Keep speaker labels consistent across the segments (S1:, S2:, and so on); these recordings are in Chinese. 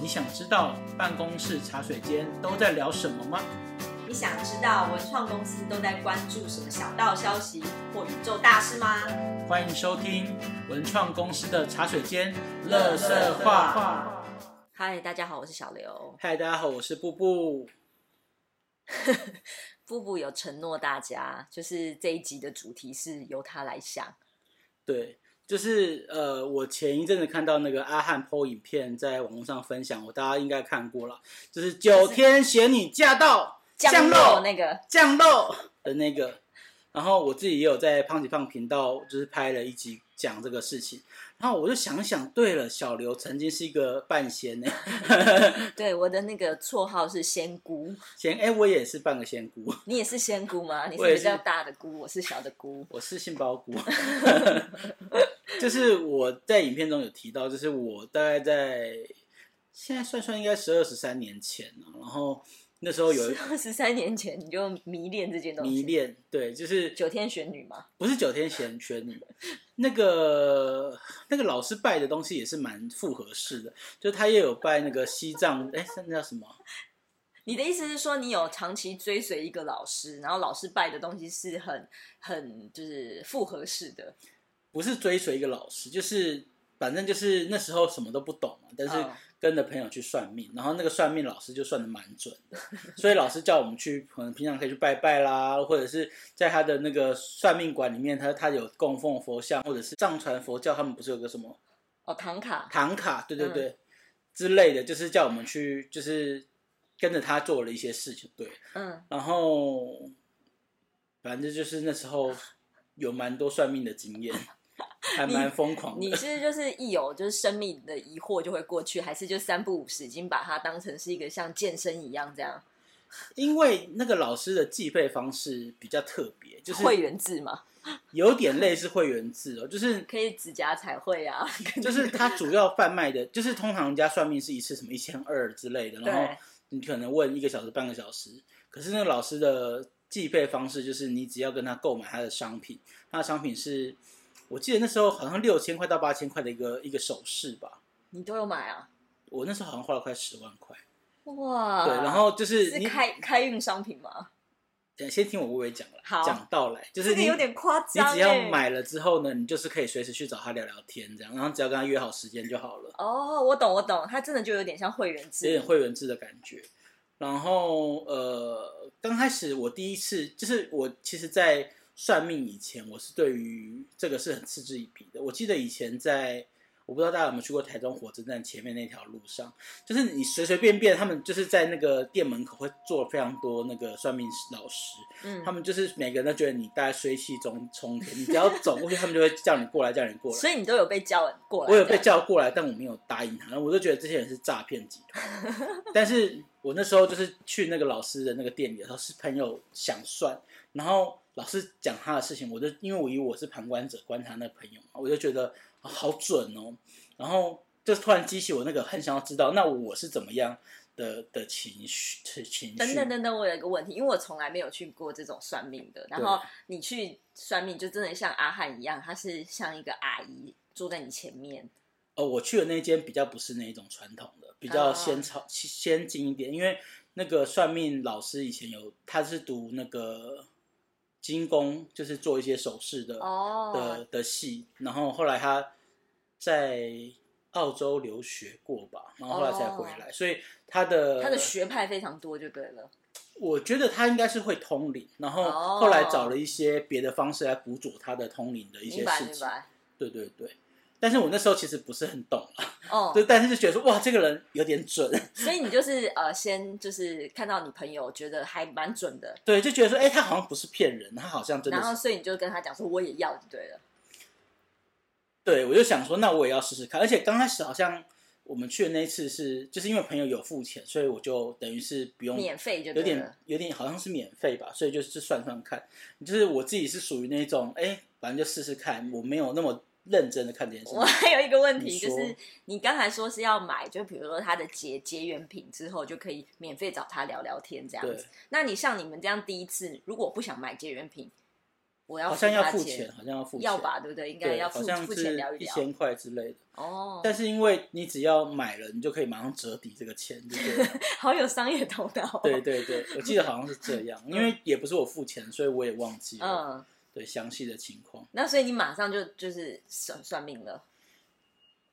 S1: 你想知道办公室茶水间都在聊什么吗？
S2: 你想知道文创公司都在关注什么小道消息或宇宙大事吗？
S1: 欢迎收听文创公司的茶水间乐色话。
S2: 嗨，大家好，我是小刘。
S1: 嗨，大家好，我是布布。
S2: 布布有承诺大家，就是这一集的主题是由他来想。
S1: 对，就是呃，我前一阵子看到那个阿汉 PO 影片在网络上分享，我大家应该看过了，就是九天嫌你驾到
S2: 降落那个
S1: 降落的那个。然后我自己也有在胖起胖频道，就是拍了一集讲这个事情。然后我就想想，对了，小刘曾经是一个半仙呢、
S2: 对，我的那个绰号是仙姑，
S1: 仙哎，我也是半个仙姑，
S2: 你也是仙姑吗？你
S1: 我
S2: 是
S1: 也
S2: 比较
S1: 是
S2: 大的姑，我是小的姑。
S1: 我是杏鲍 菇。就是我在影片中有提到，就是我大概在现在算算应该十二十三年前了、然后那时候有一
S2: 二十三年前你就迷恋这件东西，
S1: 迷恋，对，就是
S2: 九天玄女嘛，
S1: 不是九天玄玄女，那个那个老师拜的东西也是蛮复合式的，就他也有拜那个西藏，哎、那叫什么？
S2: 你的意思是说，你有长期追随一个老师，然后老师拜的东西是很很就是复合式的，
S1: 不是追随一个老师，就是反正就是那时候什么都不懂嘛，但是
S2: 嗯
S1: 跟着朋友去算命，然后那个算命老师就算的蛮准的，所以老师叫我们去，可能平常可以去拜拜啦，或者是在他的那个算命馆里面，他他有供奉佛像，或者是藏传佛教，他们不是有个什么
S2: 哦，唐卡，
S1: 唐卡，对对对、
S2: 嗯
S1: 之类的，就是叫我们去，就是跟着他做了一些事情，对，
S2: 嗯，
S1: 然后反正就是那时候有蛮多算命的经验，还蛮疯狂的。
S2: 你是就是一有就是生命的疑惑就会过去，还是就三不五时已经把它当成是一个像健身一样这样
S1: 因为那个老师的计费方式比较特别，就是
S2: 会员制嘛？
S1: 有点类似会员制哦， 就是
S2: 可以指甲彩绘啊，
S1: 就是它主要贩卖的，就是通常人家算命是一次什么一千二之类的，然后
S2: 对，
S1: 你可能问一个小时、半个小时，可是那个老师的计费方式就是你只要跟他购买他的商品，他的商品是我记得那时候好像六千块到八千块的一个一个首饰吧，
S2: 你都有买啊？
S1: 我那时候好像花了快十万块，
S2: 哇，
S1: 对，然后就是
S2: 啊是
S1: 你
S2: 开开运商品吗？
S1: 等先听我娓娓讲了，
S2: 好
S1: 讲到来就是
S2: 这个
S1: 你
S2: 有点夸
S1: 你
S2: 张、欸，
S1: 只要买了之后呢，你就是可以随时去找他聊聊天，这样，然后只要跟他约好时间就好了，
S2: 哦，我懂我懂，它真的就有点像会员
S1: 有
S2: 制
S1: 点，会员制的感觉。然后呃，刚开始我第一次就是我其实，在算命以前，我是对于这个是很嗤之以鼻的。我记得以前在。我不知道大家有没有去过台中火车站前面那条路上，就是你随随便便，他们就是在那个店门口会坐非常多那个算命老师，
S2: 嗯
S1: 他，们就是每个人都觉得你大概衰气中冲天，你只要走过去，他们就会叫你过来，叫你过来。
S2: 所以你都有被叫过来，
S1: 我有被，叫过来，但我没有答应他，然后我就觉得这些人是诈骗集团。 但是我那时候就是去那个老师的那个店里的时候，是朋友想算，然后老师讲他的事情，我就因为我以为我是旁观者观察那个朋友嘛，我就觉得、啊好准哦，然后就突然激起我那个很想要知道，那我是怎么样的的情绪情绪？
S2: 等等等等，我有一个问题，因为我从来没有去过这种算命的，然后你去算命就真的像阿汉一样，他是像一个阿姨坐在你前面，
S1: 哦，我去的那间比较不是那一种传统的，比较
S2: 哦
S1: 先超、先进一点，因为那个算命老师以前有他是读那个精工，就是做一些首饰的、
S2: 哦，
S1: 的的戏，然后后来他在澳洲留学过吧，然后后来才回来，所以他的
S2: 哦他的学派非常多就对了，
S1: 我觉得他应该是会通灵，然后
S2: 哦
S1: 后来找了一些别的方式来补足他的通灵的一
S2: 明
S1: 些
S2: 白
S1: 事
S2: 明
S1: 情，
S2: 白，
S1: 对对对。但是我那时候其实不是很懂啦
S2: 哦，
S1: 对，但是就觉得说哇，这个人有点准，
S2: 所以你就是呃，先就是看到你朋友觉得还蛮准的，
S1: 对，就觉得说，哎、他好像不是骗人，他好像真的
S2: 然后
S1: 是。
S2: 所以你就跟他讲说我也要就对了，
S1: 对，我就想说，那我也要试试看。而且刚开始好像我们去的那一次是，就是因为朋友有付钱，所以我就等于是不用，
S2: 免费就
S1: 有
S2: 对
S1: 点
S2: 了，
S1: 有点好像是免费吧，所以就是算算看。就是我自己是属于那种，哎、反正就试试看，我没有那么认真的看这件事
S2: 我。还有一个问题，
S1: 你
S2: 就
S1: 说
S2: 是你刚才说是要买，就比如说他的结结缘品之后，就可以免费找他聊聊天这样
S1: 对
S2: 子。那你像你们这样第一次，如果不想买结缘品，我要
S1: 好像要
S2: 他
S1: 付
S2: 钱
S1: 钱，，好像要付钱，
S2: 要吧，对不对？应该
S1: 对，
S2: 要
S1: 好
S2: 付
S1: 像
S2: 付钱
S1: 是
S2: 聊一
S1: 一
S2: 聊。
S1: 千块之类的。
S2: 哦，
S1: 但是因为你只要买了，你就可以马上折抵这个钱，对不对了？
S2: 好有商业头脑。
S1: 对，对对，我记得好像是这样，因为也不是我付钱，所以我也忘记了、
S2: 嗯，
S1: 对详细的情况。
S2: 那所以你马上就就是算算命了。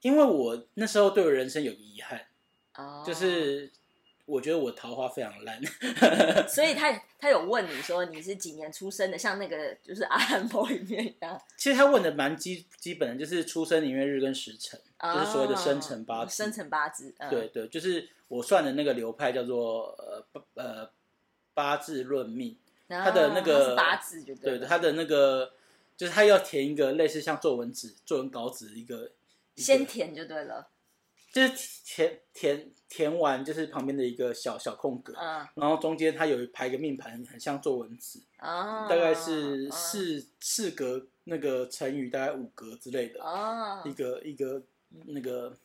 S1: 因为我那时候对我人生有个遗憾，
S2: 哦，
S1: 就是我觉得我桃花非常烂，
S2: 所以他他有问你说你是几年出生的，像那个就是《阿汉波》里面一样，
S1: 其实他问的蛮基基本的，就是出生年月日跟时辰。
S2: 啊
S1: 就是所谓的生辰八字
S2: 生辰八字，嗯、
S1: 对，对，就是我算的那个流派叫做呃八呃八字论命，
S2: 然后
S1: 他的那个
S2: 是八字就
S1: 对
S2: 了
S1: 的，他的那个就是他要填一个类似像作文纸、作文稿纸一个，一个
S2: 先填就对了，
S1: 就是填填填完就是旁边的一个小小空格，
S2: 嗯
S1: 然后中间它有一排一个命盘，很像作文纸，
S2: 啊，
S1: 大概是
S2: 嗯
S1: 四四格那个成语大概五格之类的，
S2: 哦
S1: 一，个一个那个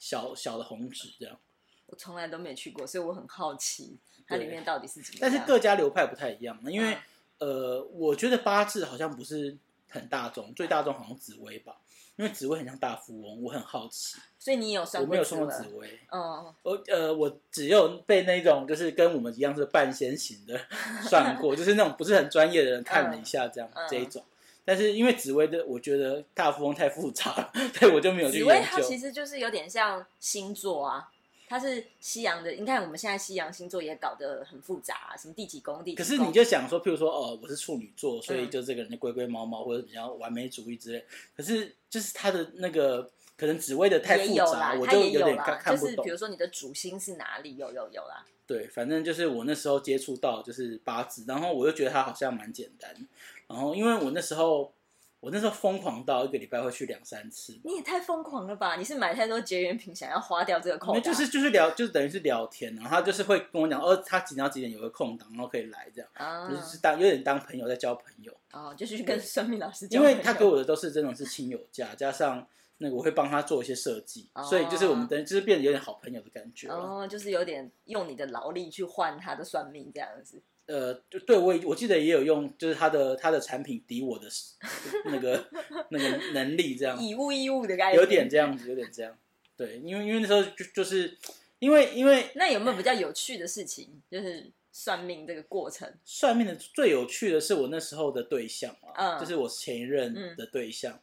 S1: 小小的红纸这样，
S2: 我从来都没去过，所以我很好奇它里
S1: 对
S2: 面到底是怎么样。
S1: 但是各家流派不太一样，因为
S2: 嗯。
S1: 呃，我觉得八字好像不是很大众，最大众好像紫薇吧，因为紫薇很像大富翁，我很好奇，
S2: 所以你有算
S1: 我
S2: 过
S1: 没有算过
S2: 紫
S1: 紫
S2: 薇
S1: 薇，
S2: 哦，
S1: 我呃，我只有被那种就是跟我们一样是半仙型 的算过，就是那种不是很专业的人看了一下这样、
S2: 嗯
S1: 这一种。但是因为紫薇的，我觉得大富翁太复杂了， 所以我就没有去
S2: 紫
S1: 研
S2: 薇它
S1: 究
S2: 其。实就是有点像星座啊，它是西洋的。你看我们现在西洋星座也搞得很复杂、啊，什么第几宫、第几
S1: 可
S2: 宫。
S1: 是你就想说，譬如说，哦，我是处女座，所以
S2: 嗯
S1: 就这个人就龟龟毛毛或者比较完美主义之类。可是就是他的那个，可能紫薇的太
S2: 也
S1: 复
S2: 有
S1: 杂，
S2: 啦，
S1: 我
S2: 它
S1: 就
S2: 也有
S1: 点
S2: 啦，
S1: 看看不
S2: 就是
S1: 懂
S2: 比。如说你的主星是哪里？有有有啦，
S1: 对，反正就是我那时候接触到就是八字，然后我就觉得它好像蛮简单。然后因为我那时候，我那时候疯狂到一个礼拜会去两三次吧，
S2: 你也太疯狂了吧！你是买太多绝缘品，想要花掉这个
S1: 因
S2: 空
S1: 为
S2: 档，
S1: 就是就是聊，就是等于是聊天，啊然后他就是会跟我讲，哦，他几点到几点有个空档，然后可以来这样，
S2: 啊，
S1: 就是当有点当朋友在交朋友，
S2: 哦，就是去跟算命老师交
S1: 因
S2: 朋友，
S1: 为他给我的都是真的是亲友价，加上那个我会帮他做一些设计，
S2: 哦
S1: 所以就是我们等于就是变得有点好朋友的感觉了。
S2: 哦，就是有点用你的劳力去换他的算命这样子，
S1: 呃，就对我也我记得也有用，就是他的他的产品抵 我的那个那个能力，这样
S2: 以物易物的概念，
S1: 有点。这样子，有点这样。对，因为因为那时候就就是因为因为
S2: 那有没有比较有趣的事情？就是算命这个过程，
S1: 算命的最有趣的是我那时候的对象啊，
S2: 嗯
S1: 就是我前一任的对象，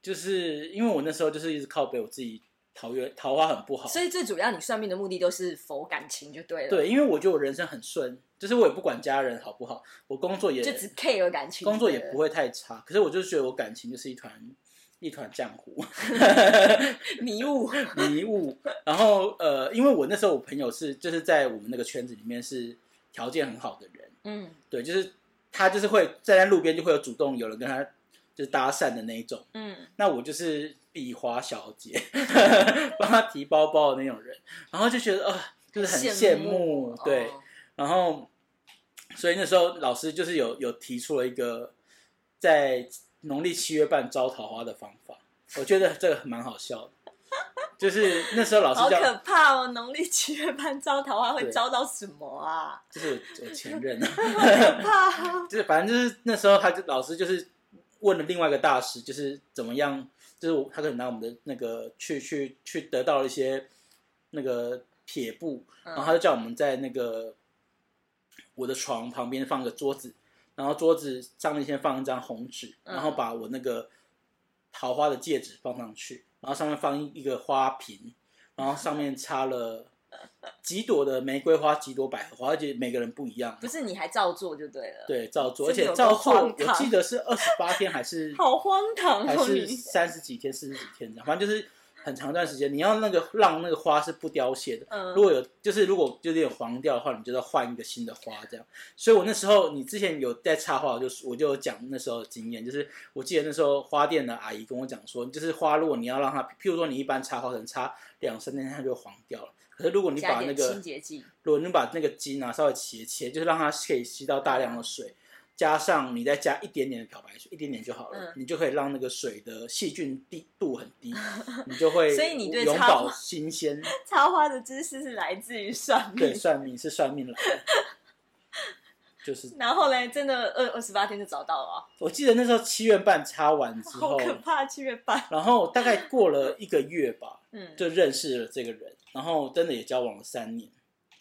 S1: 就是因为我那时候就是一直靠北我自己桃园桃花很不好，
S2: 所以最主要你算命的目的都是否感情就对了，，
S1: 哦对，因为我觉得我人生很顺，就是我也不管家人好不好，我工作也
S2: 就只 care 感情，
S1: 工作也不会
S2: 会
S1: 太差，可是我就觉得我感情就是一团一团浆糊
S2: 迷雾，
S1: 迷雾。 然后呃，因为我那时候我朋友是就是在我们那个圈子里面是条件很好的人，
S2: 嗯，
S1: 对，就是他就是会站在路边就会有主动有人跟他就是搭讪的那一种。
S2: 嗯，
S1: 那我就是壁花小姐， 帮他提包包的那种人，然后就觉得啊、就是很羡慕，嗯对。
S2: 哦
S1: 然后，所以那时候老师就是有有提出了一个在农历七月半招桃花的方法，我觉得这个蛮好笑的。就是那时候老
S2: 好
S1: 师
S2: 可
S1: 叫，
S2: 怕哦！农历七月半招桃花会
S1: 对
S2: 招到什么啊？
S1: 就是我前任，啊
S2: 可怕哦！
S1: 就是反正就是那时候他就老师就是问了另外一个大师，就是怎么样，就是我他可能拿我们的那个去去去得到了一些那个撇步，
S2: 嗯
S1: 然后他就叫我们在那个我的床旁边放个桌子，然后桌子上面先放一张红纸，
S2: 嗯
S1: 然后把我那个桃花的戒指放上去，然后上面放一个花瓶，然后上面插 了几朵的玫瑰花，几朵百合花，而且每个人不一样
S2: 不，是你还照做就对了，，
S1: 对，照做，而
S2: 真的
S1: 且
S2: 有
S1: 照
S2: 够
S1: 做，
S2: 荒
S1: 我
S2: 唐
S1: 记得是二十八天还是
S2: 好荒唐
S1: 还
S2: 哦！
S1: 是
S2: 你
S1: 三十几天、四十几天这样，反正就是很长一段时间。你要那个让那个花是不凋谢的，
S2: 嗯
S1: 如果有就是如果就是有黄掉的话，你就要换一个新的花这样。所以我那时候你之前有在插花，我就我就有讲那时候的经验，就是我记得那时候花店的阿姨跟我讲说，就是花如果你要让它，譬如说你一般插花可能插两三天它就黄掉了，可是如果你
S2: 加
S1: 把
S2: 一
S1: 那
S2: 点
S1: 个
S2: 清洁剂，
S1: 如果你把那个筋啊稍微切一切，就是让它可以吸到大量的水，加上你再加一点点的漂白水，一点点就好了，
S2: 嗯
S1: 你就可以让那个水的细菌低度很低，你就会
S2: 所以你对
S1: 永
S2: 插花
S1: 保新鲜。
S2: 插花的知识是来自于算
S1: 对，
S2: 命，
S1: 算命是算命来的。就是
S2: 然后嘞，真的二二十八天就找到了
S1: 我记得那时候七月半插完
S2: 啊，
S1: 之
S2: 好
S1: 后，
S2: 可怕！七月半，
S1: 然后大概过了一个月吧，
S2: 嗯，
S1: 就认识了这个人，然后真的也交往了三年，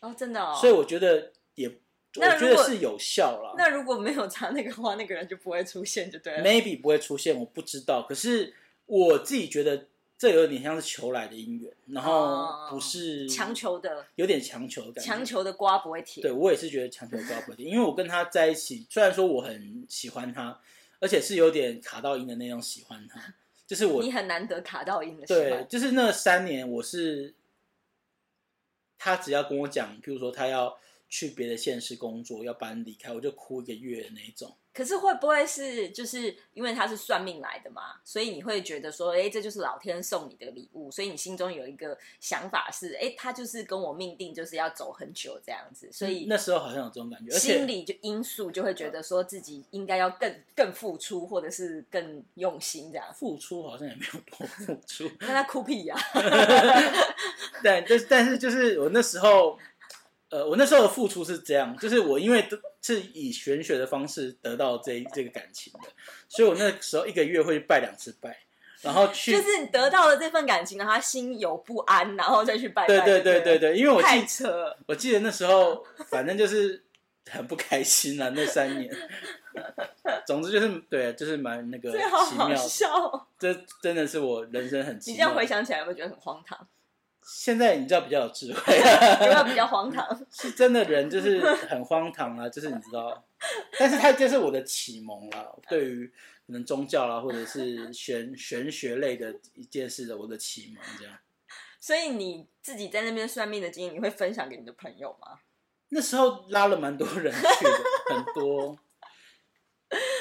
S2: 哦，真的哦。
S1: 所以我觉得也，我
S2: 那
S1: 觉
S2: 如
S1: 得
S2: 果
S1: 是有效啦。
S2: 那如果没有他那个话，那个人就不会出现，就对了。
S1: maybe 不会出现，我不知道。可是我自己觉得这有点像是求来的姻缘，然
S2: 哦
S1: 后不是
S2: 强，求的，
S1: 有点强求的感觉。
S2: 强求的瓜不会甜。
S1: 对我也是觉得强求高不一定，因为我跟他在一起，虽然说我很喜欢他，而且是有点卡到音的那种喜欢他，就是我
S2: 你很难得卡到音的时
S1: 对
S2: 候，，
S1: 就是那三年我是，他只要跟我讲，譬如说他要去别的县市工作，要搬离开，我就哭一个月的那一种。
S2: 可是会不会是就是因为他是算命来的嘛，所以你会觉得说，哎、这就是老天送你的礼物，所以你心中有一个想法是，哎、他就是跟我命定，就是要走很久这样子，所
S1: 嗯
S2: 以
S1: 那时候好像有这种感觉，而且
S2: 心理就因素就会觉得说自己应该要更更付出，或者是更用心这样。
S1: 付出好像也没有多付出，
S2: 那他哭屁呀、
S1: 但但但是就是我那时候，呃，我那时候的付出是这样，就是我因为得是以玄学的方式得到这一这个感情的，所以我那时候一个月会拜两次拜，然后去、
S2: 就是你得到了这份感情，然后他心有不安，然后再去拜拜
S1: 对
S2: 就
S1: 对
S2: 对
S1: 对对
S2: 了，
S1: 对，因为我记
S2: 太扯了。
S1: 我记得那时候，反正就是很不开心啊，那三年。总之就是对，就是蛮那个
S2: 这好
S1: 奇
S2: 好
S1: 妙，
S2: 笑哦！
S1: 这真的是我人生很奇
S2: 你
S1: 妙。
S2: 这样回，想起来，有没有觉得很荒唐？
S1: 现在你知道比较有智慧，
S2: 有没有比较荒唐？
S1: 是真的人就是很荒唐啊，就是你知道，但是它就是我的启蒙啦，对于可能宗教啦、或者是玄玄学类的一件事的我的启蒙这样。
S2: 所以你自己在那边算命的经验，你会分享给你的朋友吗？
S1: 那时候拉了蛮多人去的，很多。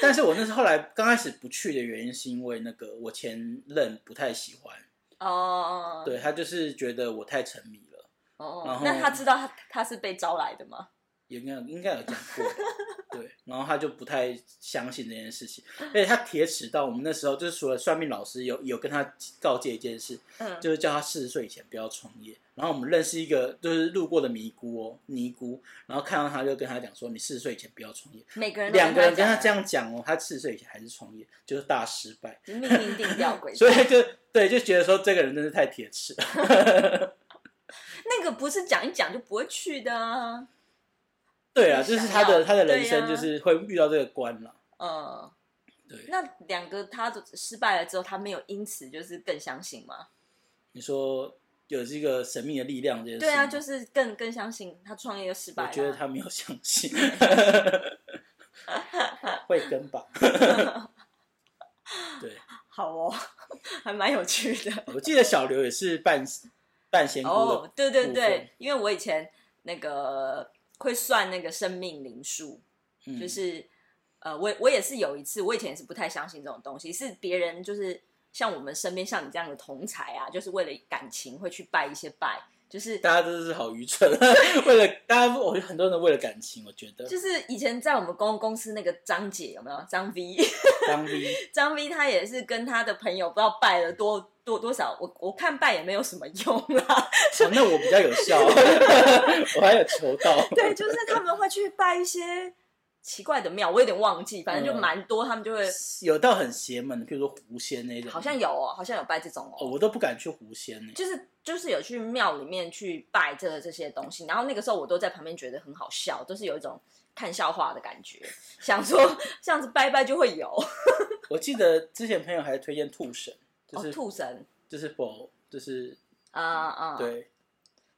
S1: 但是我那是后来刚开始不去的原因，是因为那个我前任不太喜欢，
S2: 哦，
S1: 对他就是觉得我太沉迷了，然
S2: 哦
S1: 后，
S2: 那他知道他他是被招来的吗？
S1: 也应该应该有讲过，对，然后他就不太相信这件事情，而且他铁齿到我们那时候就是除了算命老师有有跟他告诫一件事，
S2: 嗯，
S1: 就是叫他四十岁以前不要创业。然后我们认识一个就是路过的尼姑哦，尼姑，然后看到他就跟他讲说，你四十岁以前不要创业，
S2: 每个人都
S1: 两个人跟他
S2: 他
S1: 这，样讲哦，他四十岁以前还是创业，就是大失败，
S2: 命运定掉轨 道
S1: 所。以就对就觉得说这个人真是太铁齿了。
S2: 那个不是讲一讲就不会去的啊。
S1: 对啊，就是他
S2: 想
S1: 的
S2: 要
S1: 他的人生
S2: 对
S1: 就
S2: 啊
S1: 是会遇到这个关了。
S2: 嗯，
S1: 对，
S2: 那两个他失败了之后，他没有因此就是更相信吗？
S1: 你说有这个神秘的力量这件事，
S2: 对啊，就是更更相信他创业就失败
S1: 我
S2: 了啊。
S1: 觉得他没有相 信，会跟 吧？对，
S2: 好哦， 还蛮有趣的。
S1: 我记得小刘也是半半仙姑
S2: 哦
S1: 的，，
S2: 对对
S1: 部
S2: 对
S1: 分，
S2: 因为我以前那个会算那个生命灵数，
S1: 嗯
S2: 就是呃，我我也是有一次，我以前也是不太相信这种东西，是别人就是像我们身边像你这样的同才啊，就是为了感情会去拜一些拜，就是
S1: 大家真的是好愚蠢，啊 为了大家，我觉得很多人为了感情，我觉得
S2: 就是以前在我们公公司那个张姐有没有张 V？
S1: 当兵
S2: 张 V 他也是跟他的朋友不知道拜了多多多少，我我看拜也没有什么用 啦。
S1: 哦，那我比较有效， 我还有求到。
S2: 对，就是他们会去拜一些奇怪的庙，我有点忘记，反正就蛮多，他们就会
S1: 有到很邪门的，譬如说狐仙那种，
S2: 好像有哦，好像有拜这种
S1: 哦，
S2: 哦，
S1: 我都不敢去狐仙呢、欸
S2: 就是就是有去庙里面去拜这这些东西，然后那个时候我都在旁边觉得很好笑，都是有一种看笑话的感觉，想说 这样子拜拜就会有哦
S1: 我记得之前朋友还推荐兔神，就是、嗯
S2: 哦兔神
S1: 就是否就是
S2: 啊啊、
S1: 对，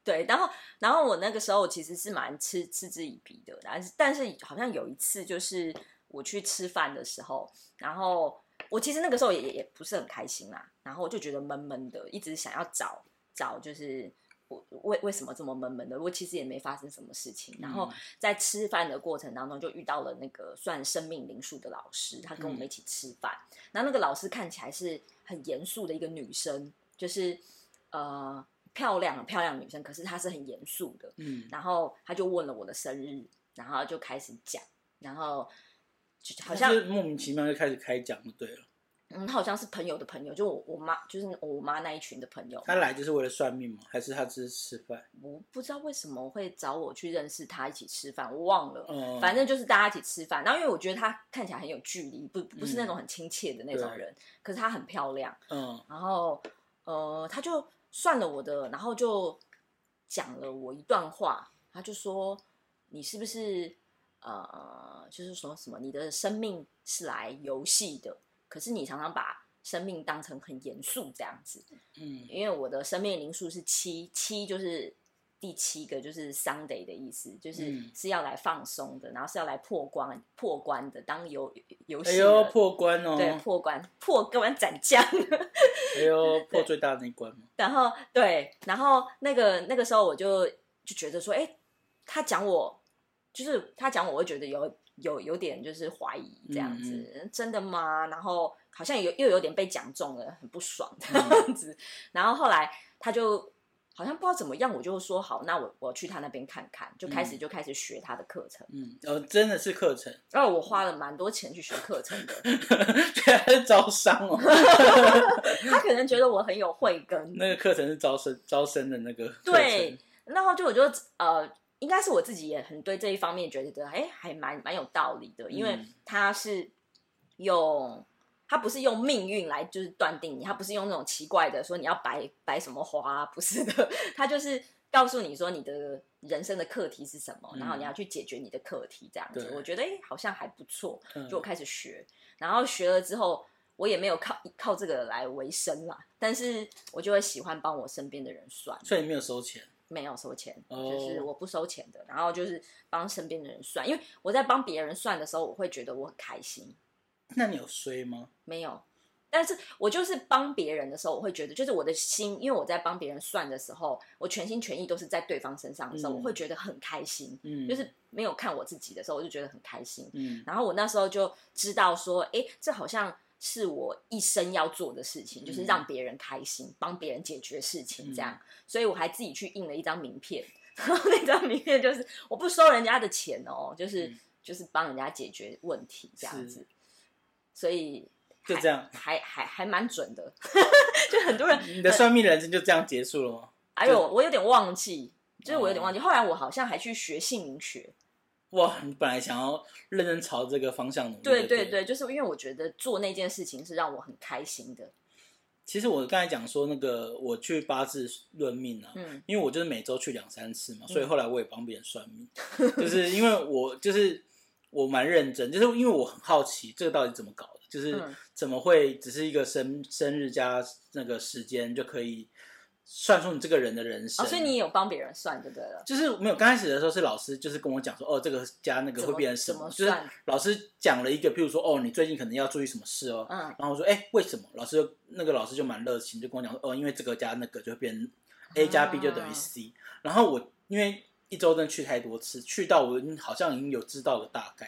S2: 对，然后然后我那个时候其实是蛮嗤嗤之以鼻的，但是但是好像有一次就是我去吃饭的时候，然后我其实那个时候也也也不是很开心啦，然后我就觉得闷闷的，一直想要找找就是。我为为什么这么闷闷的？我其实也没发生什么事情。然后
S1: 嗯
S2: 在吃饭的过程当中，就遇到了那个算生命灵数的老师，他跟我们一起吃饭。然后那个老师看起来是很严肃的一个女生，就是呃漂亮很漂亮的女生，可是她是很严肃的。
S1: 嗯，
S2: 然后她就问了我的生日，然后就开始讲，然后就好
S1: 就
S2: 像
S1: 是莫名其妙就开始开讲就对了，
S2: 嗯，他好像是朋友的朋友，就我我妈，就是我妈那一群的朋友。
S1: 他来就是为了算命吗？还是他只是吃饭？
S2: 我不知道为什么会找我去认识他，一起吃饭，我忘了。
S1: 嗯，
S2: 反正就是大家一起吃饭，然后因为我觉得她看起来很有距离，不不是那种很亲切的那种人，可是她很漂亮，
S1: 嗯
S2: 然后呃，她就算了我的，然后就讲了我一段话，她就说你是不是呃，就是说什么你的生命是来游戏的，可是你常常把生命当成很严肃这样子，
S1: 嗯
S2: 因为我的生命灵数是七，七就是第七个，就是 Sunday 的意思，就是
S1: 嗯
S2: 是要来放松的，然后是要来破关破关的，当游游戏
S1: 哎
S2: 人、
S1: 呦破关哦，
S2: 对破关破关斩将，
S1: 哎呦破最大的那一关嘛，
S2: 然后对，然后那个那个时候我就就觉得说，哎、他讲我，就是他讲我，我会觉得有有有点就是怀疑这样子，嗯真的吗？然后好像有又有点被讲中了，很不爽 这样子。然后后来他就好像不知道怎么样，我就说好，那我我去他那边看看，就开始就开始学他的课程。
S1: 嗯，哦真的是课程，
S2: 然后我花了蛮多钱去学课程的，
S1: 对，他是招商哦，
S2: 他可能觉得我很有慧根，
S1: 那个课程是招生招生的那个课程
S2: 对，，然后就我就呃，应该是我自己也很对这一方面觉得，哎，还蛮蛮有道理的，因为
S1: 嗯
S2: 他是用。他不是用命运来就是断定你，他不是用那种奇怪的说你要摆摆什么花、啊不是的，他就是告诉你说你的人生的课题是什么，然后
S1: 嗯
S2: 你要去解决你的课题这样子。
S1: 对
S2: 我觉得哎、诶好像还不错，
S1: 嗯
S2: 就我开始学，然后学了之后，我也没有靠靠这个来为生啦，但是我就会喜欢帮我身边的人算，
S1: 所以你没有收钱，
S2: 没有收钱，
S1: 哦
S2: 就是我不收钱的，然后就是帮身边的人算，因为我在帮别人算的时候，我会觉得我很开心，
S1: 那你有衰吗？
S2: 没有。但是我就是帮别人的时候，我会觉得，就是我的心，因为我在帮别人算的时候，我全心全意都是在对方身上的时候，
S1: 嗯
S2: 我会觉得很开心，
S1: 嗯，
S2: 就是没有看我自己的时候，我就觉得很开心。
S1: 嗯
S2: 然后我那时候就知道说，哎，这好像是我一生要做的事情，就是
S1: 嗯
S2: 让别人开心，帮别人解决事情这样。所以我还自己去印了一张名片，然后那张名片就是我不收人家的钱哦，就是、
S1: 嗯
S2: 就是帮人家解决问题这样子。所以
S1: 就这 样，
S2: 还还还蛮准的， 就很多人，
S1: 你的算命人生就这样结束了吗？
S2: 哎呦，我有点忘记。就是我有点忘记，后来我好像还去学姓名学，
S1: 哇，你本来想要认真朝这个方向努力，
S2: 对
S1: 对
S2: 对
S1: 了
S2: 对，就是因为我觉得做那件事情是让我很开心的，
S1: 其实我刚才讲说那个我去八字论命啊，
S2: 嗯，
S1: 因为我就是每周去两三次嘛，所以后来我也帮别人算命，就是因为我就是我蛮认真，就是因为我很好奇这个到底怎么搞的，就是
S2: 嗯
S1: 怎么会只是一个生生日加那个时间就可以算出你这个人的人生，
S2: 哦，所以你也有帮别人算就对了。
S1: 就是没有，刚开始的时候是老师就是跟我讲说，哦，这个加那个会变成什
S2: 怎么
S1: 就是
S2: 怎么算
S1: 老师讲了一个，譬如说，哦，你最近可能要注意什么事哦，
S2: 嗯
S1: 然后我说，哎、为什么？老师就那个老师就蛮热情，就跟我讲说，哦，因为这个加那个就会变 A 加 B 就等于 C，、然后我因为一周真的去太多次，去到我已经好像已经有知道了大概，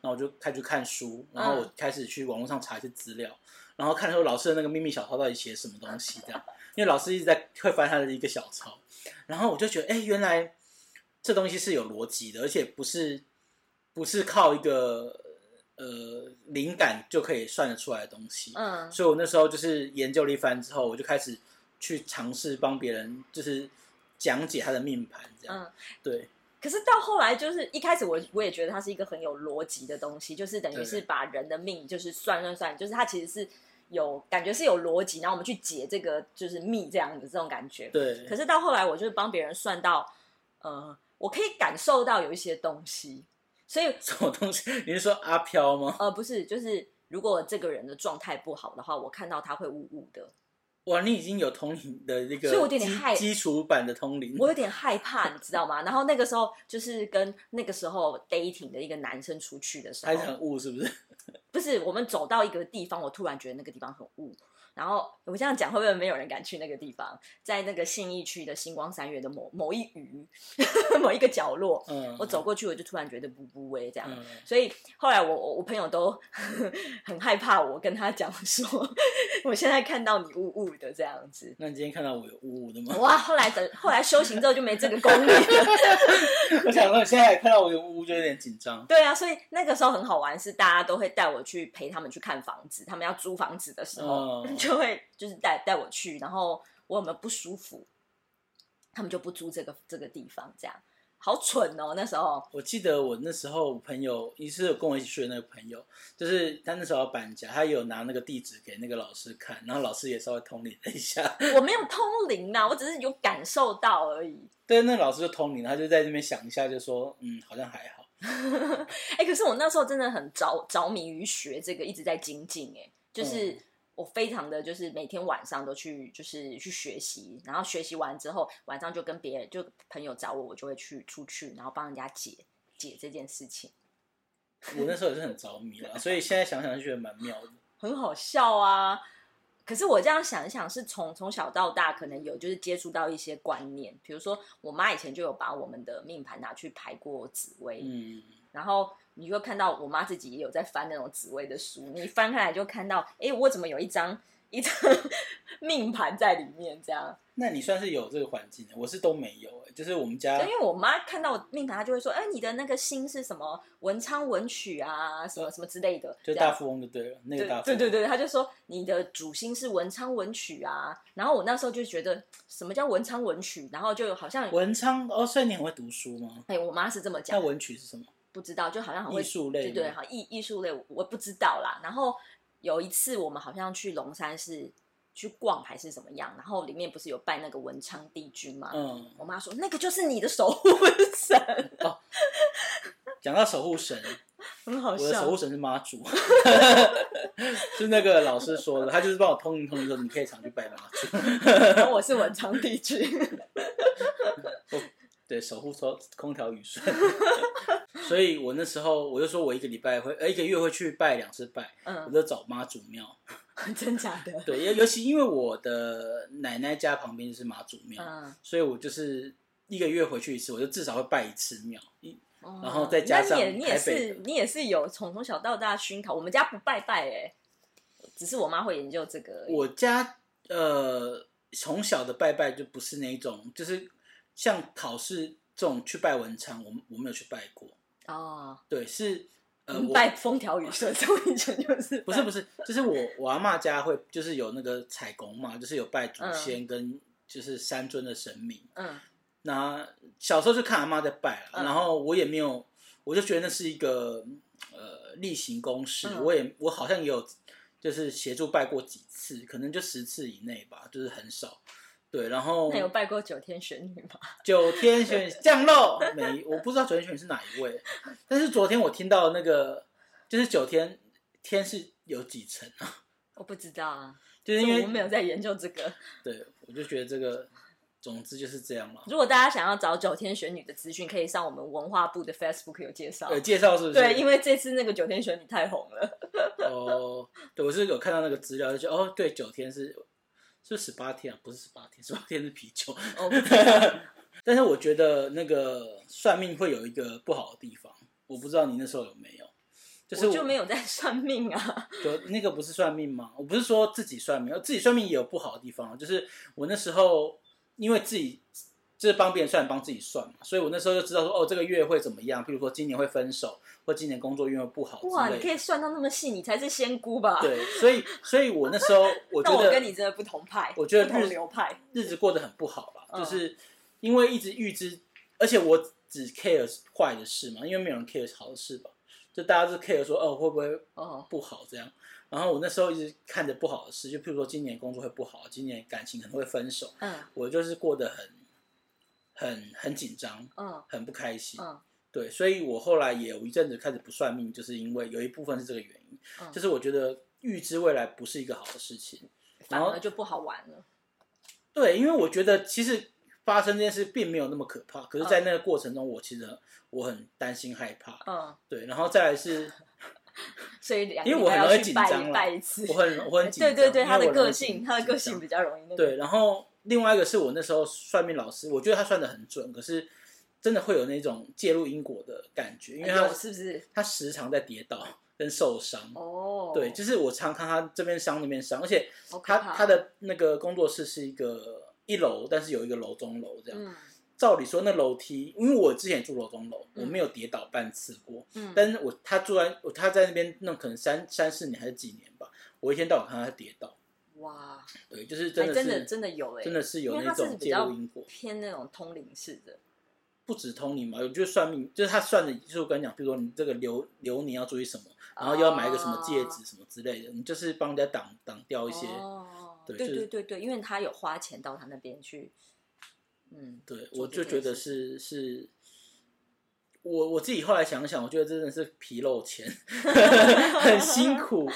S1: 然后我就开始看书，然后我开始去网络上查一些资料，然后看说老师的那个秘密小抄到底写什么东西这样，因为老师一直在会翻他的一个小抄，然后我就觉得，哎、原来这东西是有逻辑的，而且不是不是靠一个呃灵感就可以算得出来的东西。
S2: 嗯
S1: 所以我那时候就是研究了一番之后，我就开始去尝试帮别人就是讲解他的命盘这样。
S2: 嗯，
S1: 对，
S2: 可是到后来就是一开始我我也觉得它是一个很有逻辑的东西，就是等于
S1: 对
S2: 是把人的命就是算算算，就是它其实是有感觉是有逻辑，然后我们去解这个就是密这样的这种感觉。
S1: 对，
S2: 可是到后来，我就是帮别人算到，呃，我可以感受到有一些东西，所以
S1: 什么东西？你是说阿飘吗？
S2: 呃，不是，就是如果这个人的状态不好的话，我看到他会雾雾的，
S1: 哇，你已经有通灵的那个基，
S2: 所以我有点害
S1: 基础版的通灵。
S2: 我有点害怕，你知道吗？然后那个时候就是跟那个时候 dating 的一个男生出去的时
S1: 还是很
S2: 候，
S1: 悟是不是？
S2: 不是我们走到一个地方，我突然觉得那个地方很雾，然后我这样讲，会不会没有人敢去那个地方？在那个信义区的星光三月的某某一隅， 某一个角落，
S1: 嗯，
S2: 我走过去，我就突然觉得不不味这样。
S1: 嗯，
S2: 所以后来我我我朋友都 很害怕，我跟他讲说，我现在看到你雾雾的这样子。
S1: 那你今天看到我有呜呜的吗？
S2: 哇，后来等后来修行之后就没这个功力了。
S1: 我想说，你现在还看到我有呜呜，就有点紧张。
S2: 对啊，所以那个时候很好玩，是大家都会带我去陪他们去看房子，他们要租房子的时候，
S1: 哦
S2: 就会就是带带我去，然后我有没有不舒服，他们就不租这个这个地方，这样好蠢哦，那时候。
S1: 我记得我那时候朋友，一是有跟我一起去的那个朋友，就是他那时候要搬家，他有拿那个地址给那个老师看，然后老师也稍微通灵了一下。
S2: 我没有通灵啊啦，我只是有感受到而已。
S1: 对，那老师就通灵，他就在那边想一下，就说，嗯，好像还好。
S2: 哎、可是我那时候真的很着着迷于学这个，一直在精进。哎，就是
S1: 嗯
S2: 我非常的就是每天晚上都去就是去学习，然后学习完之后晚上就跟别人就朋友找我，我就会去出去，然后帮人家解解这件事情，
S1: 我那时候也是很着迷了，所以现在想想就觉得蛮妙的。
S2: 很好笑啊。可是我这样想一想，是从从小到大可能有就是接触到一些观念，比如说我妈以前就有把我们的命盘拿去排过紫微，
S1: 嗯，
S2: 然后你就会看到我妈自己也有在翻那种紫薇的书，你翻开来就看到，哎，我怎么有一张一张 命盘在里面？这样，
S1: 那你算是有这个环境的，我是都没有、欸就是我们家
S2: 对，因为我妈看到我命盘，她就会说，哎，你的那个星是什么文昌文曲啊，什么什么之类的，
S1: 就
S2: 这
S1: 大
S2: 样
S1: 富翁就对了，那
S2: 对
S1: 个大富
S2: 对
S1: 翁
S2: 对对，他就说你的主星是文昌文曲啊，然后我那时候就觉得什么叫文昌文曲，然后就好像
S1: 文昌哦，所以你很会读书吗？
S2: 哎，我妈是这么
S1: 那
S2: 讲，
S1: 文曲是什么？
S2: 不知道，就好像很会
S1: 艺术类吗
S2: 对对，好艺艺术类我我不知道啦。然后有一次我们好像去龙山寺去逛还是怎么样，然后里面不是有拜那个文昌帝君吗？
S1: 嗯，
S2: 我妈说那个就是你的守护 神，
S1: 讲到守护神，
S2: 很好
S1: 我的守
S2: 笑
S1: 护。神是妈祖，是那个老师说的，他就是帮我通灵通灵说，你可以常去拜妈祖。
S2: 然后我是文昌帝君，
S1: 对，守护说空调雨顺。 所以我那时候我就说我一个礼拜会，呃，一个月会去拜两次拜，我
S2: 嗯，
S1: 就找妈祖庙。
S2: 真假的，
S1: 对，尤尤其因为我的奶奶家旁边就是妈祖庙，
S2: 嗯，
S1: 所以我就是一个月回去一次，我就至少会拜一次庙。一然后
S2: 哦
S1: 再加
S2: 那
S1: 上
S2: 你也你也
S1: 台北
S2: 是你也是有从从小到大熏陶，我们家不拜拜哎、只是我妈会研究这个而已，
S1: 我家呃，从小的拜拜就不是那一种，就是像考试这种去拜文昌，我们我没有去拜过。
S2: 哦，
S1: 对，是呃，我
S2: 嗯拜风调雨顺，所以以前就是
S1: 不
S2: 拜
S1: 是不是，就是我我阿嬷家会就是有那个彩虹嘛，就是有拜祖先跟就是山尊的神明。
S2: 嗯
S1: 那小时候就看阿妈在拜啦，
S2: 嗯
S1: 然后我也没有，我就觉得那是一个呃例行公事，
S2: 嗯
S1: 我也我好像也有就是协助拜过几次，可能就十次以内吧，就是很少。对，然后
S2: 那有拜过九天玄女吗？
S1: 九天 玄女降落没？我不知道九天玄女是哪一位，但是昨天我听到那个就是九天天是有几层啊？
S2: 我不知道啊，
S1: 就是因
S2: 因为
S1: 为
S2: 我没有在研究这个。
S1: 对，我就觉得这个，总之就是这样嘛。
S2: 如果大家想要找九天玄女的资讯，可以上我们文化部的 Facebook 有介绍。
S1: 呃，介绍是不是？
S2: 对，因为这次那个九天玄女太红了，
S1: 哦，对，我是有看到那个资料，就觉得哦，对，九天是是十八天啊，不是十八天，十八天是啤酒。
S2: 我不知道
S1: 但是我觉得那个算命会有一个不好的地方，我不知道你那时候有没有，就是
S2: 我就没有在算命啊。
S1: 有那个不是算命吗？我不是说自己算命，呃自己算命也有不好的地方啊，就是我那时候因为自己就是帮别人算，帮自己算嘛，所以我那时候就知道说，哦，这个月会怎么样？譬如说今年会分手，或今年工作运会不好
S2: 哇，
S1: 之
S2: 你
S1: 类
S2: 可
S1: 的。
S2: 以算到那么细，你才是仙姑吧？
S1: 对，所以所以我那时候 我
S2: 但
S1: 觉
S2: 我
S1: 得
S2: 跟你真的不同派，
S1: 我觉得
S2: 不同
S1: 日
S2: 流派。
S1: 日子过得很不好啦，
S2: 嗯
S1: 就是因为一直预知，而且我只 care 坏的事嘛，因为没有人 care 好的事吧，就大家都 care 说哦会不会
S2: 哦，
S1: 不好这样。然后我那时候一直看着不好的事，就譬如说今年工作会不好，今年感情可能会分手，
S2: 嗯
S1: 我就是过得很很很紧张，
S2: 嗯
S1: 很不开心。
S2: 嗯
S1: 对，所以我后来也有一阵子开始不算命，就是因为有一部分是这个原因，
S2: 嗯
S1: 就是我觉得预知未来不是一个好的事情。
S2: 反
S1: 然
S2: 而
S1: 后
S2: 就不好玩了。
S1: 对，因为我觉得其实发生这件事并没有那么可怕，
S2: 嗯
S1: 可是，在那个过程中，我其实我很担心害怕。
S2: 嗯，
S1: 对，然后再来是，
S2: 所以两个
S1: 因为
S2: 礼
S1: 我
S2: 拜
S1: 很
S2: 要
S1: 容易
S2: 去
S1: 紧
S2: 拜
S1: 张啦
S2: 拜一次
S1: 我。很我很紧张，
S2: 对对对，
S1: 因为
S2: 他的
S1: 我人
S2: 个
S1: 很
S2: 性，
S1: 紧
S2: 他的个
S1: 紧
S2: 性
S1: 张
S2: 比较容易那个。
S1: 对，然后另外一个是我那时候算命老师，我觉得他算的很准，可是真的会有那种介入因果的感觉，因为他
S2: 有哎是不是？
S1: 他时常在跌倒跟受伤。
S2: 哦，
S1: 对，就是我常看他这边伤那边伤，而且
S2: 好可
S1: 他
S2: 怕
S1: 他的那个工作室是一个一楼，但是有一个楼中楼这样。
S2: 嗯
S1: 照理说那楼梯，因为我之前住楼中楼，
S2: 嗯
S1: 我没有跌倒半次过，
S2: 嗯，
S1: 但是我他住在我他在那边那可能三三四年还是几年吧，我一天到晚看他跌倒，
S2: 嗯哇，还
S1: 对，就是真
S2: 真
S1: 的是
S2: 的真的有哎，
S1: 真的是有
S2: 因为
S1: 那
S2: 他是
S1: 种
S2: 比
S1: 介
S2: 较
S1: 入因果，
S2: 偏那种通灵式的，
S1: 不止通灵嘛，我觉得算命就是他算的，就是我跟你讲，比如说你这个流流年要注意什么，然后又要买一个什么戒指什么之类的，你就是帮人家挡挡掉
S2: 哦，
S1: 一些，
S2: 哦
S1: 对
S2: 对
S1: 就是
S2: 对对对，因为他有花钱到他那边去，嗯，
S1: 对，
S2: 做
S1: 我
S2: 这
S1: 就
S2: 件
S1: 觉得是是，我我自己后来想想，我觉得真的是皮肉钱，很辛苦，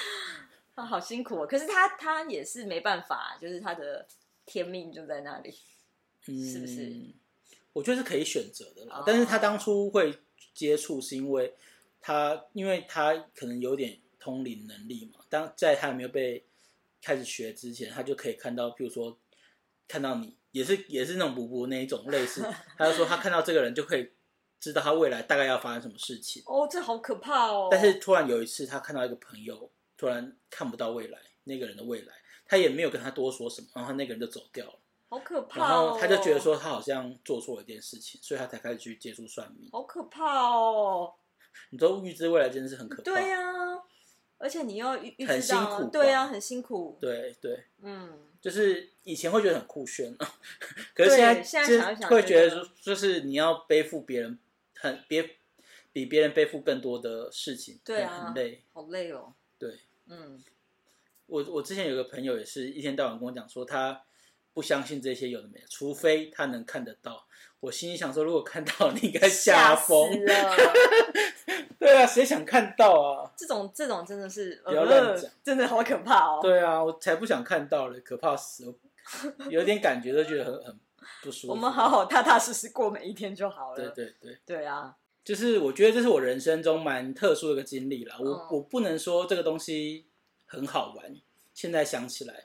S2: 啊，好辛苦哦。可是他他也是没办法，就是他的天命就在那里。
S1: 嗯，
S2: 是不是？
S1: 我觉得是可以选择的啦，
S2: 哦
S1: 但是他当初会接触是因为他，因为他可能有点通灵能力嘛，当在他还没有被开始学之前，他就可以看到，譬如说看到你。也是也是那种补补那一种类似，他就说他看到这个人就可以知道他未来大概要发生什么事情。
S2: 哦，这好可怕哦！
S1: 但是突然有一次，他看到一个朋友突然看不到未来，那个人的未来，他也没有跟他多说什么，然后那个人就走掉了，
S2: 好可怕、哦。
S1: 然后他就觉得，说他好像做错了一件事情，所以他才开始去接触算命。
S2: 好可怕哦！
S1: 你知道预知未来真的是很可怕，
S2: 对呀、而且你要预预
S1: 很
S2: 知到啊
S1: 辛苦吧
S2: 对呀、很辛苦。，
S1: 对对
S2: 嗯，
S1: 就是以前会觉得很酷炫，啊可是
S2: 对
S1: 现在
S2: 现在
S1: 就是
S2: 想一想
S1: 会
S2: 就
S1: 觉得
S2: 觉得
S1: 说，就是你要背负别人很别比别人背负更多的事情，
S2: 对
S1: 很
S2: 啊
S1: 很累，
S2: 好累哦。
S1: 对。
S2: 嗯，
S1: 我我之前有个朋友也是一天到晚跟我讲说，他不相信这些有的没的，除非他能看得到。我心里想说，如果看到， 你应该哎吓
S2: 死
S1: 疯。
S2: 了。
S1: 对啊，谁想看到啊？
S2: 这种这种真的是，
S1: 不要乱讲
S2: 呃，真的好可怕哦。，
S1: 对啊，我才不想看到嘞，可怕死了！有点感觉都觉得很很不舒服。
S2: 我们好好踏踏实实过每一天就好了。
S1: 对对对，
S2: 对啊，
S1: 就是我觉得这是我人生中蛮特殊的一个经历啦。我、
S2: 嗯
S1: 我不能说这个东西很好玩，现在想起来，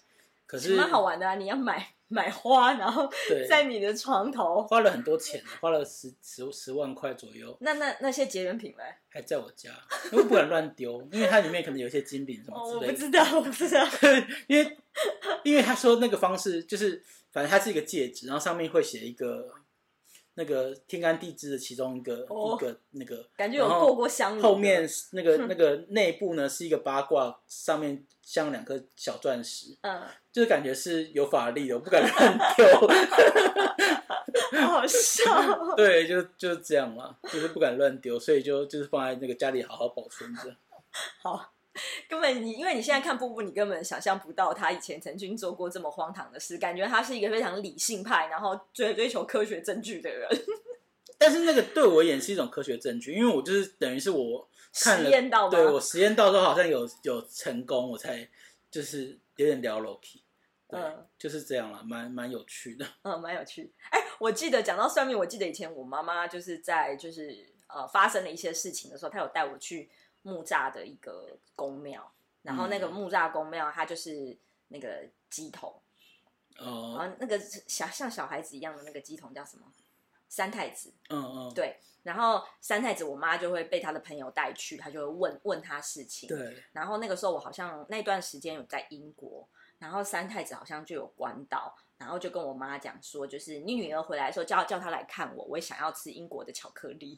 S1: 可是
S2: 蛮好玩的啊！你要买买花，然后
S1: 对，
S2: 在你的床头。
S1: 花了很多钱，花了十十十万块左右。
S2: 那那那些结缘品嘞？
S1: 还在我家，我不敢乱丢，因为它里面可能有一些精灵什
S2: 哦，
S1: 么
S2: 我
S1: 之
S2: 不
S1: 类的。
S2: 知道，我不知 道。
S1: 因为因为他说那个方式就是，反正它是一个戒指，然后上面会写一个那个天干地支的其中一个、
S2: 哦
S1: 一个那 个，
S2: 感觉有
S1: 然后
S2: 过过香炉的
S1: 后面是那 个那个内部呢是一个八卦，上面像两颗小钻石，
S2: 嗯，
S1: 就是感觉是有法力的，我不敢 乱丢。
S2: 好好笑哦。
S1: 对，就就是这样啦，就是不敢乱丢，所以就就是放在那个家里好好保存着。
S2: 好，根本你因为你现在看布布，你根本想象不到他以前曾经做过这么荒唐的事，感觉他是一个非常理性派，然后追追求科学证据的人，
S1: 但是那个对我而言是一种科学证据，因为我就是等于是我看了，
S2: 实验到吗
S1: 对我实验到之后好像有有成功，我才就是有点聊 Loki，对，
S2: 嗯
S1: 就是这样啦，蛮蛮有趣的。
S2: 嗯，蛮有趣。哎、我记得讲到算命，我记得以前我妈妈就是在就是呃发生了一些事情的时候，她有带我去木栅的一个宫庙，然后那个
S1: 嗯
S2: 木栅宫庙它就是那个鸡头，然
S1: 哦，
S2: 后那个小像小孩子一样的那个鸡童叫什么？三太子。
S1: 嗯嗯，
S2: 对然后三太子，我妈就会被她的朋友带去，她就会问问她事情。
S1: 对，
S2: 然后那个时候我好像那段时间有在英国，然后三太子好像就有关到，然后就跟我妈讲说，就是你女儿回来的时候叫叫她来看我，我也想要吃英国的巧克力。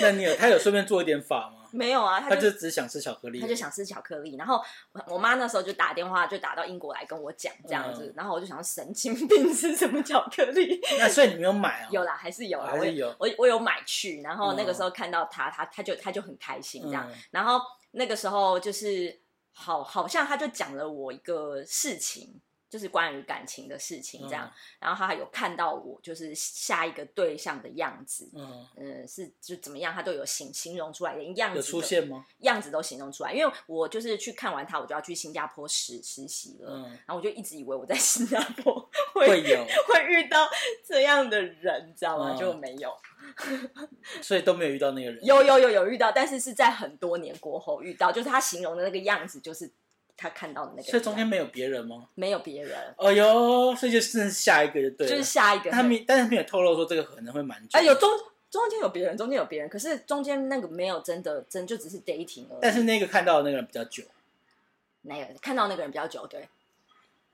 S1: 那你有他有顺便做一点法吗？
S2: 没有啊，她
S1: 他
S2: 就
S1: 就只想吃巧克力，
S2: 他就想吃巧克力，然后我我妈那时候就打电话，就打到英国来跟我讲这样子，
S1: 嗯
S2: 然后我就想说神经病吃什么巧克力？
S1: 那所以你没有买啊？
S2: 有啦，还是有啦，
S1: 还
S2: 我
S1: 是有
S2: 我我有买去，然后那个
S1: 嗯
S2: 时候看到他，他他就他就很开心这样，
S1: 嗯
S2: 然后那个时候就是好好像他就讲了我一个事情，就是关于感情的事情这样
S1: 嗯。
S2: 然后他还有看到我就是下一个对象的样子，
S1: 嗯，
S2: 嗯，是就怎么样，他都有形形容出来，连样子
S1: 有
S2: 的
S1: 出现吗？
S2: 样子都形容出来。因为我就是去看完他，我就要去新加坡实实习了，
S1: 嗯，
S2: 然后我就一直以为我在新加坡
S1: 会
S2: 会
S1: 有，
S2: 会遇到这样的人，你知道吗？
S1: 嗯
S2: 就没有，
S1: 所以都没有遇到那个人。
S2: 有有有有遇到，但是是在很多年过后遇到，就是他形容的那个样子，就是他看到的那个样子，
S1: 所以中间没有别人吗？
S2: 没有别人，
S1: 哦哟，所以就是下一个就对
S2: 就
S1: 了。
S2: 是下一个
S1: 他没，但是没有透露说这个可能会蛮久。
S2: 哎、有中中间有别人，中间有别人，可是中间那个没有真的真就只是 dating 而已。
S1: 但是那个看到的那个人比较久。
S2: 那个看到那个人比较久，对。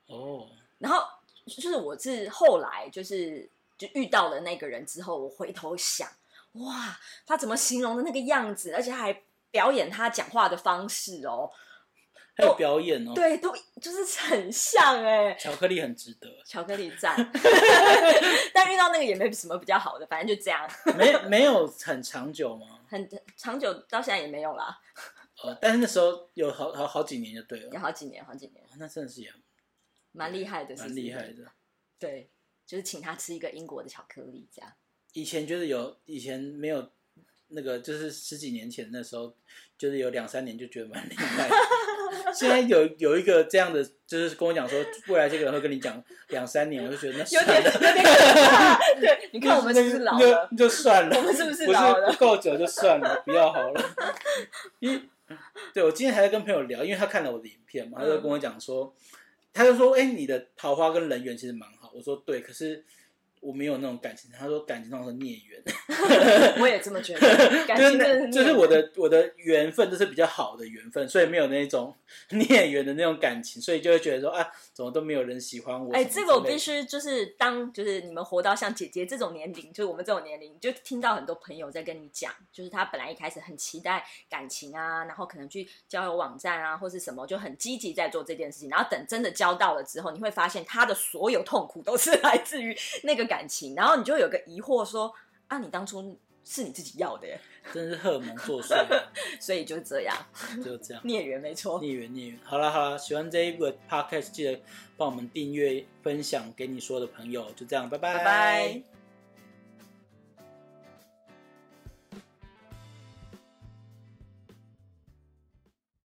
S1: 哦，
S2: 然后就是我是后来就是就遇到了那个人之后，我回头想，哇，他怎么形容的那个样子，而且还表演他讲话的方式哦，
S1: 还有表演哦。，
S2: 对，都就是很像哎、
S1: 巧克力很值得。
S2: 巧克力赞， 但遇到那个也没什么比较好的，反正就这样，
S1: 没 没有很长久吗？
S2: 很长久到现在也没有啦，
S1: 呃，但是那时候有好好好几年就对了。
S2: 也好几年，好几年，
S1: 哦那真的是也
S2: 蛮厉害的，是
S1: 蛮
S2: 不是
S1: 厉害的。
S2: 对，就是请他吃一个英国的巧克力，这样。
S1: 以前就是有，以前没有那个，就是十几年前那时候，就是有两三年就觉得蛮厉害 的。现在有有一个这样的，就是跟我讲说，未来这个人会跟你讲两三年，我就觉得那
S2: 有
S1: 算
S2: 点
S1: 了，
S2: 有点可怕。 对，你看我们是不是老了？
S1: 就就算了，
S2: 我们是不是
S1: 不是
S2: 老了
S1: 不够久就算了，不要好了。 因为对我今天还在跟朋友聊，因为他看了我的影片嘛，他
S2: 嗯
S1: 就跟我讲说，他就说：“哎、你的桃花跟人缘其实蛮好。”我说：“对，可是我没有那种感情。”他说：“感情上是孽缘，
S2: 我也这么 觉得，感
S1: 就是
S2: 情
S1: 那
S2: 真的
S1: 就是我的我的缘分，这是比较好的缘分，所以没有那种 孽缘的那种感情，所以就会觉得说啊，怎么都没有人喜欢我。
S2: 哎、
S1: 什
S2: 这
S1: 么
S2: 个我
S1: 之类
S2: 必
S1: 的
S2: 须就是当就是你们活到像姐姐这种年龄，就是我们这种年龄，就听到很多朋友在跟你讲，就是他本来一开始很期待感情啊，然后可能去交友网站啊或是什么，就很积极在做这件事情，然后等真的交到了之后，你会发现他的所有痛苦都是 来自于那个感情，然后你就有个疑惑说啊，你当初是你自己要的耶，
S1: 真的是荷尔蒙作祟啊，
S2: 所以就是这样，
S1: 就这样。
S2: 孽缘没错。
S1: 孽缘孽缘。好啦好啦，喜欢这一个 podcast，记得帮我们订阅、分享给你所有的朋友。就这样，拜拜
S2: 拜拜。